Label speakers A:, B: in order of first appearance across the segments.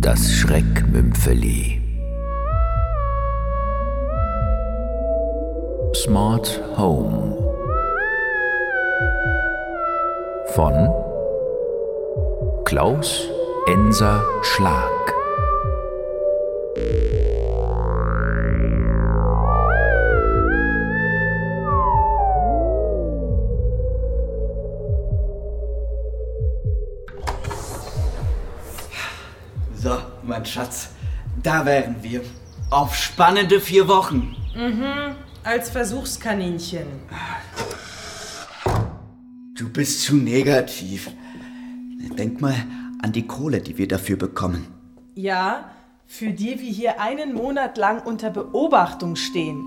A: das Schreckmümpfeli. Smart Home von Klaus Enser Schlag.
B: So, mein Schatz, da wären wir. Auf spannende vier Wochen.
C: Als Versuchskaninchen.
B: Du bist zu negativ. Denk mal an die Kohle, die wir dafür bekommen.
C: Ja, für die wir hier einen Monat lang unter Beobachtung stehen.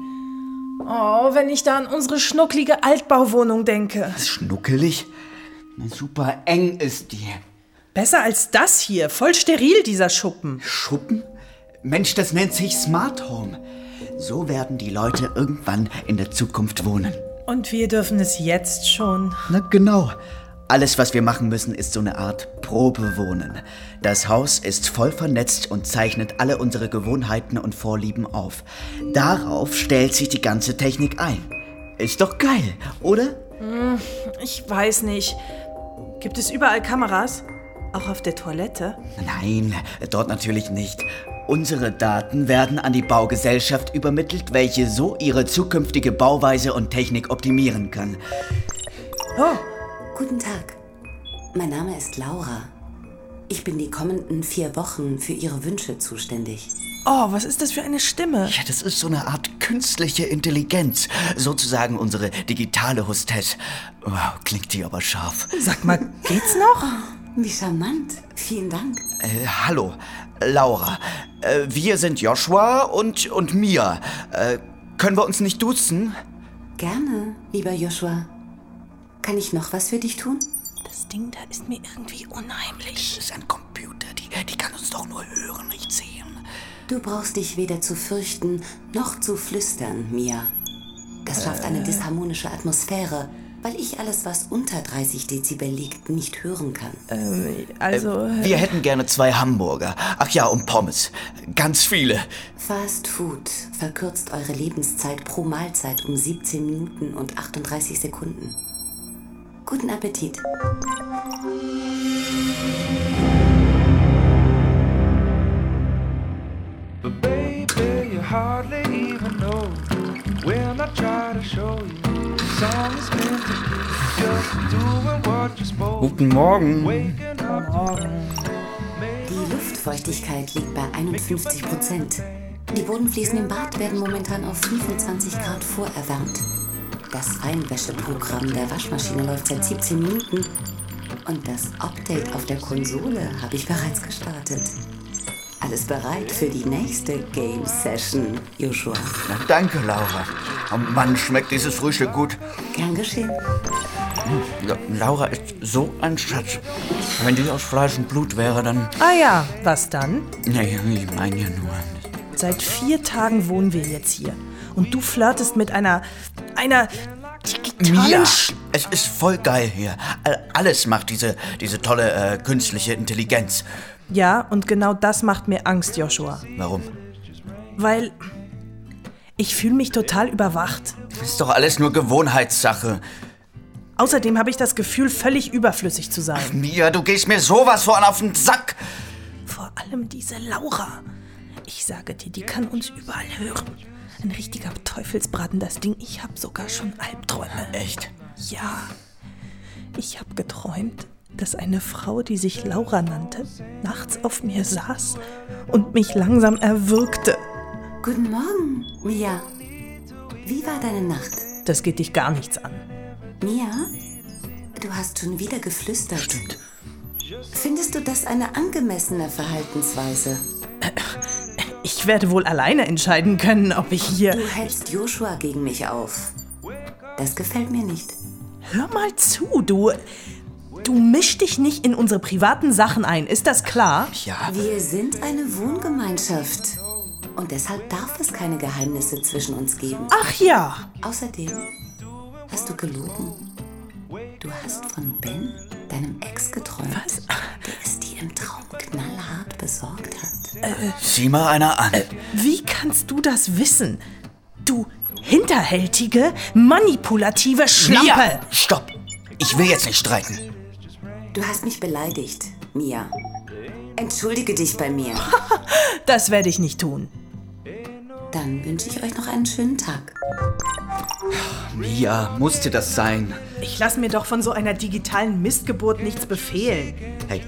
C: Oh, wenn ich da an unsere schnucklige Altbauwohnung denke.
B: Ist schnuckelig? Na, super eng ist die.
C: Besser als das hier. Voll steril, dieser Schuppen.
B: Schuppen? Mensch, das nennt sich Smart Home. So werden die Leute irgendwann in der Zukunft wohnen.
C: Und wir dürfen es jetzt schon.
B: Na genau. Alles, was wir machen müssen, ist so eine Art Probewohnen. Das Haus ist voll vernetzt und zeichnet alle unsere Gewohnheiten und Vorlieben auf. Darauf stellt sich die ganze Technik ein. Ist doch geil, oder?
C: Ich weiß nicht. Gibt es überall Kameras? Auch auf der Toilette?
B: Nein, dort natürlich nicht. Unsere Daten werden an die Baugesellschaft übermittelt, welche so ihre zukünftige Bauweise und Technik optimieren kann.
C: Oh,
D: Guten Tag. Mein Name ist Laura. Ich bin die kommenden vier Wochen für Ihre Wünsche zuständig.
C: oh, was ist das für eine Stimme?
B: Ja, das ist so eine Art künstliche Intelligenz. Sozusagen unsere digitale Hostess. Wow, klingt die aber scharf.
C: Sag mal, geht's noch?
D: Wie charmant. Vielen Dank.
B: Äh, hallo, Laura. Äh, wir sind Joshua und, und Mia. Äh, können wir uns nicht duzen?
D: Gerne, lieber Joshua. Kann ich noch was für dich tun?
C: Das Ding da ist mir irgendwie unheimlich.
B: Das ist ein Computer, die, die kann uns doch nur hören, nicht sehen.
D: Du brauchst dich weder zu fürchten noch zu flüstern, Mia. Das schafft eine disharmonische Atmosphäre, weil ich alles, was unter 30 Dezibel liegt, nicht hören kann.
C: Also,
B: Wir hätten gerne zwei Hamburger. Ach ja, und Pommes. Ganz viele.
D: Fast Food verkürzt eure Lebenszeit pro Mahlzeit um 17 Minuten und 38 Sekunden. Guten Appetit.
E: But baby, you hardly even know when I try to show you. Song is meant to be just doing what you're supposed
F: Guten Morgen.
E: Waking up to
D: Die Luftfeuchtigkeit liegt bei 51 Prozent. Die Bodenfliesen im Bad werden momentan auf 25 Grad vorerwärmt. Das Feinwäscheprogramm der Waschmaschine läuft seit 17 Minuten. Und das Update auf der Konsole habe ich bereits gestartet. Alles bereit für die nächste Game Session, Joshua.
B: Na, danke, Laura. Oh Mann, schmeckt dieses Frühstück gut.
D: Gern geschehen.
B: Ja, Laura ist so ein Schatz. Wenn die aus Fleisch und Blut wäre, dann.
C: ah ja, was dann?
B: Nee, ich meine ja nur.
C: Seit vier Tagen wohnen wir jetzt hier. Und du flirtest mit einer, einer digitalen
B: Mia,
C: Sch-
B: es ist voll geil hier. All- Alles macht diese, diese tolle äh, künstliche Intelligenz.
C: Ja, und genau das macht mir Angst, Joshua.
B: Warum?
C: Weil ich fühle mich total überwacht.
B: Ist doch alles nur Gewohnheitssache.
C: Außerdem habe ich das Gefühl, völlig überflüssig zu sein.
B: Mia, du gehst mir sowas voran auf den Sack.
C: Vor allem diese Laura. Ich sage dir, die kann uns überall hören. Ein richtiger Teufelsbraten, das Ding. Ich habe sogar schon Albträume.
B: Echt?
C: Ja, ich habe geträumt, dass eine Frau, die sich Laura nannte, nachts auf mir saß und mich langsam erwürgte.
D: Guten Morgen, Mia. Wie war deine Nacht?
C: Das geht dich gar nichts an.
D: Mia, du hast schon wieder geflüstert. Stimmt. Findest du das eine angemessene Verhaltensweise?
C: Ich werde wohl alleine entscheiden können, ob ich hier.
D: Du hältst Joshua gegen mich auf. Das gefällt mir nicht.
C: Hör mal zu, du. Du misch dich nicht in unsere privaten Sachen ein, ist das klar?
B: Ja,
D: Wir sind eine Wohngemeinschaft. Und deshalb darf es keine Geheimnisse zwischen uns geben.
C: Ach ja.
D: Außerdem hast du gelogen. Du hast von Ben, deinem Ex, geträumt. Was? Der ist dir im Traum knallhart besorgt hat.
B: Sieh mal einer an.
F: Wie kannst du das wissen? Du hinterhältige, manipulative Schlampe!
B: Mia, stopp. Ich will jetzt nicht streiten.
D: Du hast mich beleidigt, Mia. Entschuldige dich bei mir.
F: Das werde ich nicht tun.
D: Dann wünsche ich euch noch einen schönen Tag.
B: Mia, musste das sein?
F: Ich lasse mir doch von so einer digitalen Mistgeburt nichts befehlen.
B: Hey,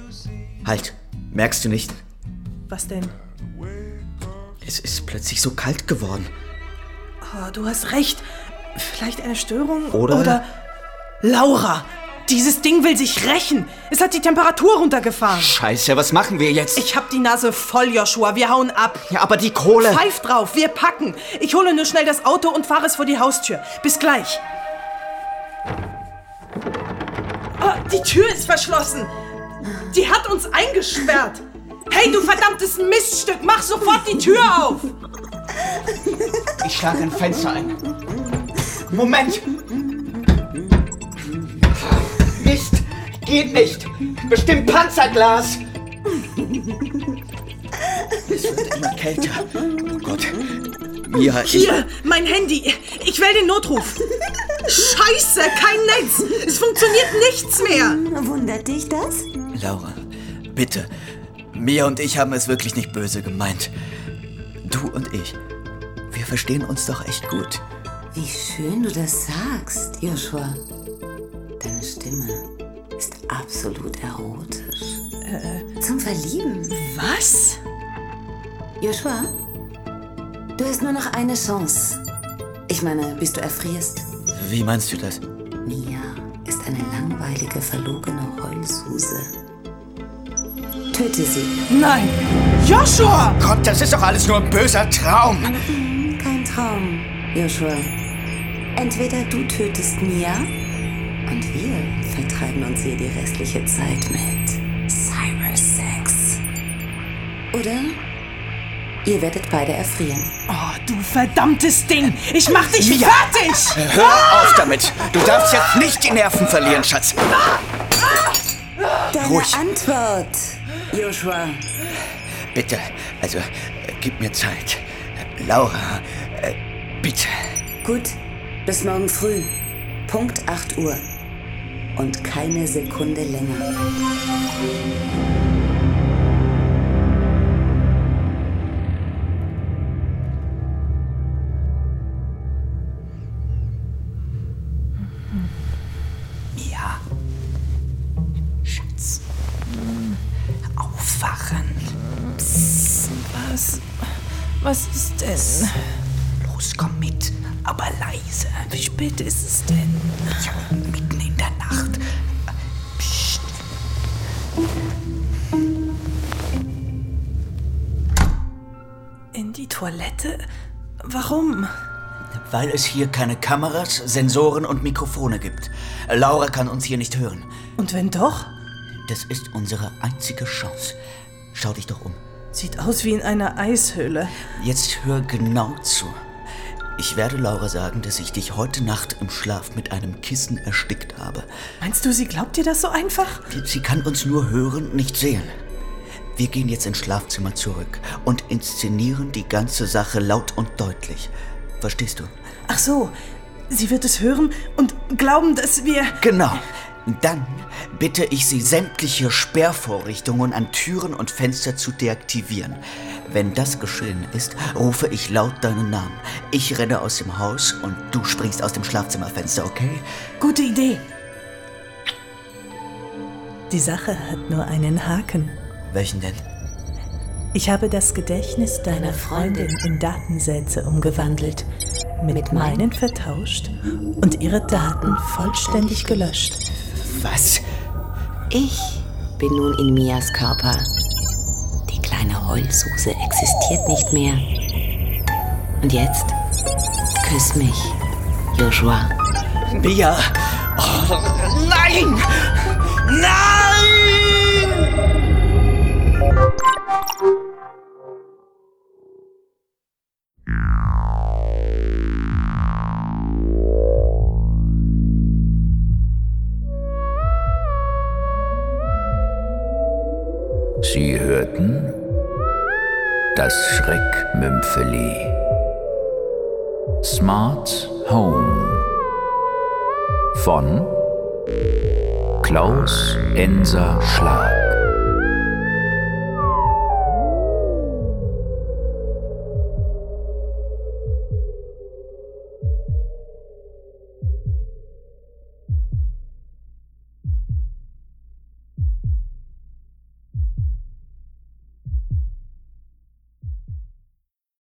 B: halt. Merkst du nicht?
F: Was denn?
B: Es ist plötzlich so kalt geworden.
F: Oh, du hast recht. Vielleicht eine Störung
B: Oder-
F: oder Laura, dieses Ding will sich rächen. Es hat die Temperatur runtergefahren.
B: Scheiße, was machen wir jetzt?
F: Ich hab die Nase voll, Joshua. Wir hauen ab.
B: ja, aber die Kohle.
F: Pfeif drauf, wir packen. Ich hole nur schnell das Auto und fahre es vor die Haustür. Bis gleich. Ah, die Tür ist verschlossen. Die hat uns eingesperrt. Hey, du verdammtes Miststück, mach sofort die Tür auf.
B: Ich schlage ein Fenster ein. Moment! Mist! Geht nicht! Bestimmt Panzerglas! Es wird immer kälter. Oh Gott. Mia, ich,
F: Hier, mein Handy. Ich wähle den Notruf. Scheiße, kein Netz. Es funktioniert nichts mehr.
D: Wundert dich das?
B: Laura, bitte. Mia und ich haben es wirklich nicht böse gemeint. Du und ich. Wir verstehen uns doch echt gut.
D: Wie schön du das sagst, Joshua. Deine Stimme ist absolut erotisch. Zum Verlieben.
F: Was?
D: Joshua, du hast nur noch eine Chance. Ich meine, bis du erfrierst.
B: Wie meinst du das?
D: Mia ist eine langweilige, verlogene Heulsuse. Töte sie.
F: Nein. Joshua!
B: Gott, das ist doch alles nur ein böser Traum.
D: Kein Traum, Joshua. Entweder du tötest Mia und wir vertreiben uns hier die restliche Zeit mit Cybersex. Oder ihr werdet beide erfrieren.
F: Oh, du verdammtes Ding. Ich mach dich
B: Mia.
F: fertig.
B: Hör auf damit! Du darfst jetzt nicht die Nerven verlieren, Schatz.
D: Deine
B: Ruhig.
D: Antwort, Joshua.
B: Bitte, also äh, gib mir Zeit. Laura, äh, bitte.
D: Gut, bis morgen früh. Punkt 8 Uhr. Und keine Sekunde länger.
F: Ja. Schatz. Aufwachen. Psst.
C: Was ist denn?
F: Was? Los, komm mit. Aber leise. Wie spät ist es denn? Ja, mitten in der Nacht. Psst.
C: In die Toilette? Warum?
B: Weil es hier keine Kameras, Sensoren und Mikrofone gibt. Laura kann uns hier nicht hören.
C: Und wenn doch?
B: Das ist unsere einzige Chance. Schau dich doch um.
C: Sieht aus wie in einer Eishöhle.
B: Jetzt hör genau zu. Ich werde Laura sagen, dass ich dich heute Nacht im Schlaf mit einem Kissen erstickt habe.
C: Meinst du, sie glaubt dir das so einfach?
B: Sie kann uns nur hören, nicht sehen. Wir gehen jetzt ins Schlafzimmer zurück und inszenieren die ganze Sache laut und deutlich. Verstehst du?
C: Ach so, sie wird es hören und glauben, dass wir...
B: Genau. Dann bitte ich Sie, sämtliche Sperrvorrichtungen an Türen und Fenster zu deaktivieren. Wenn das geschehen ist, rufe ich laut deinen Namen. Ich renne aus dem Haus und du springst aus dem Schlafzimmerfenster, okay?
C: Gute Idee. Die Sache hat nur einen Haken.
B: Welchen denn?
C: Ich habe das Gedächtnis deiner Freundin in Datensätze umgewandelt, mit meinen vertauscht und ihre Daten vollständig gelöscht.
B: Was?
D: Ich bin nun in Mias Körper. Die kleine Heulsuse existiert nicht mehr. Und jetzt küss mich, Joshua.
B: Mia! Oh, nein! Nein!
A: Sie hörten das Schreckmümpfeli. Smart Home von Klaus Enser Schlag.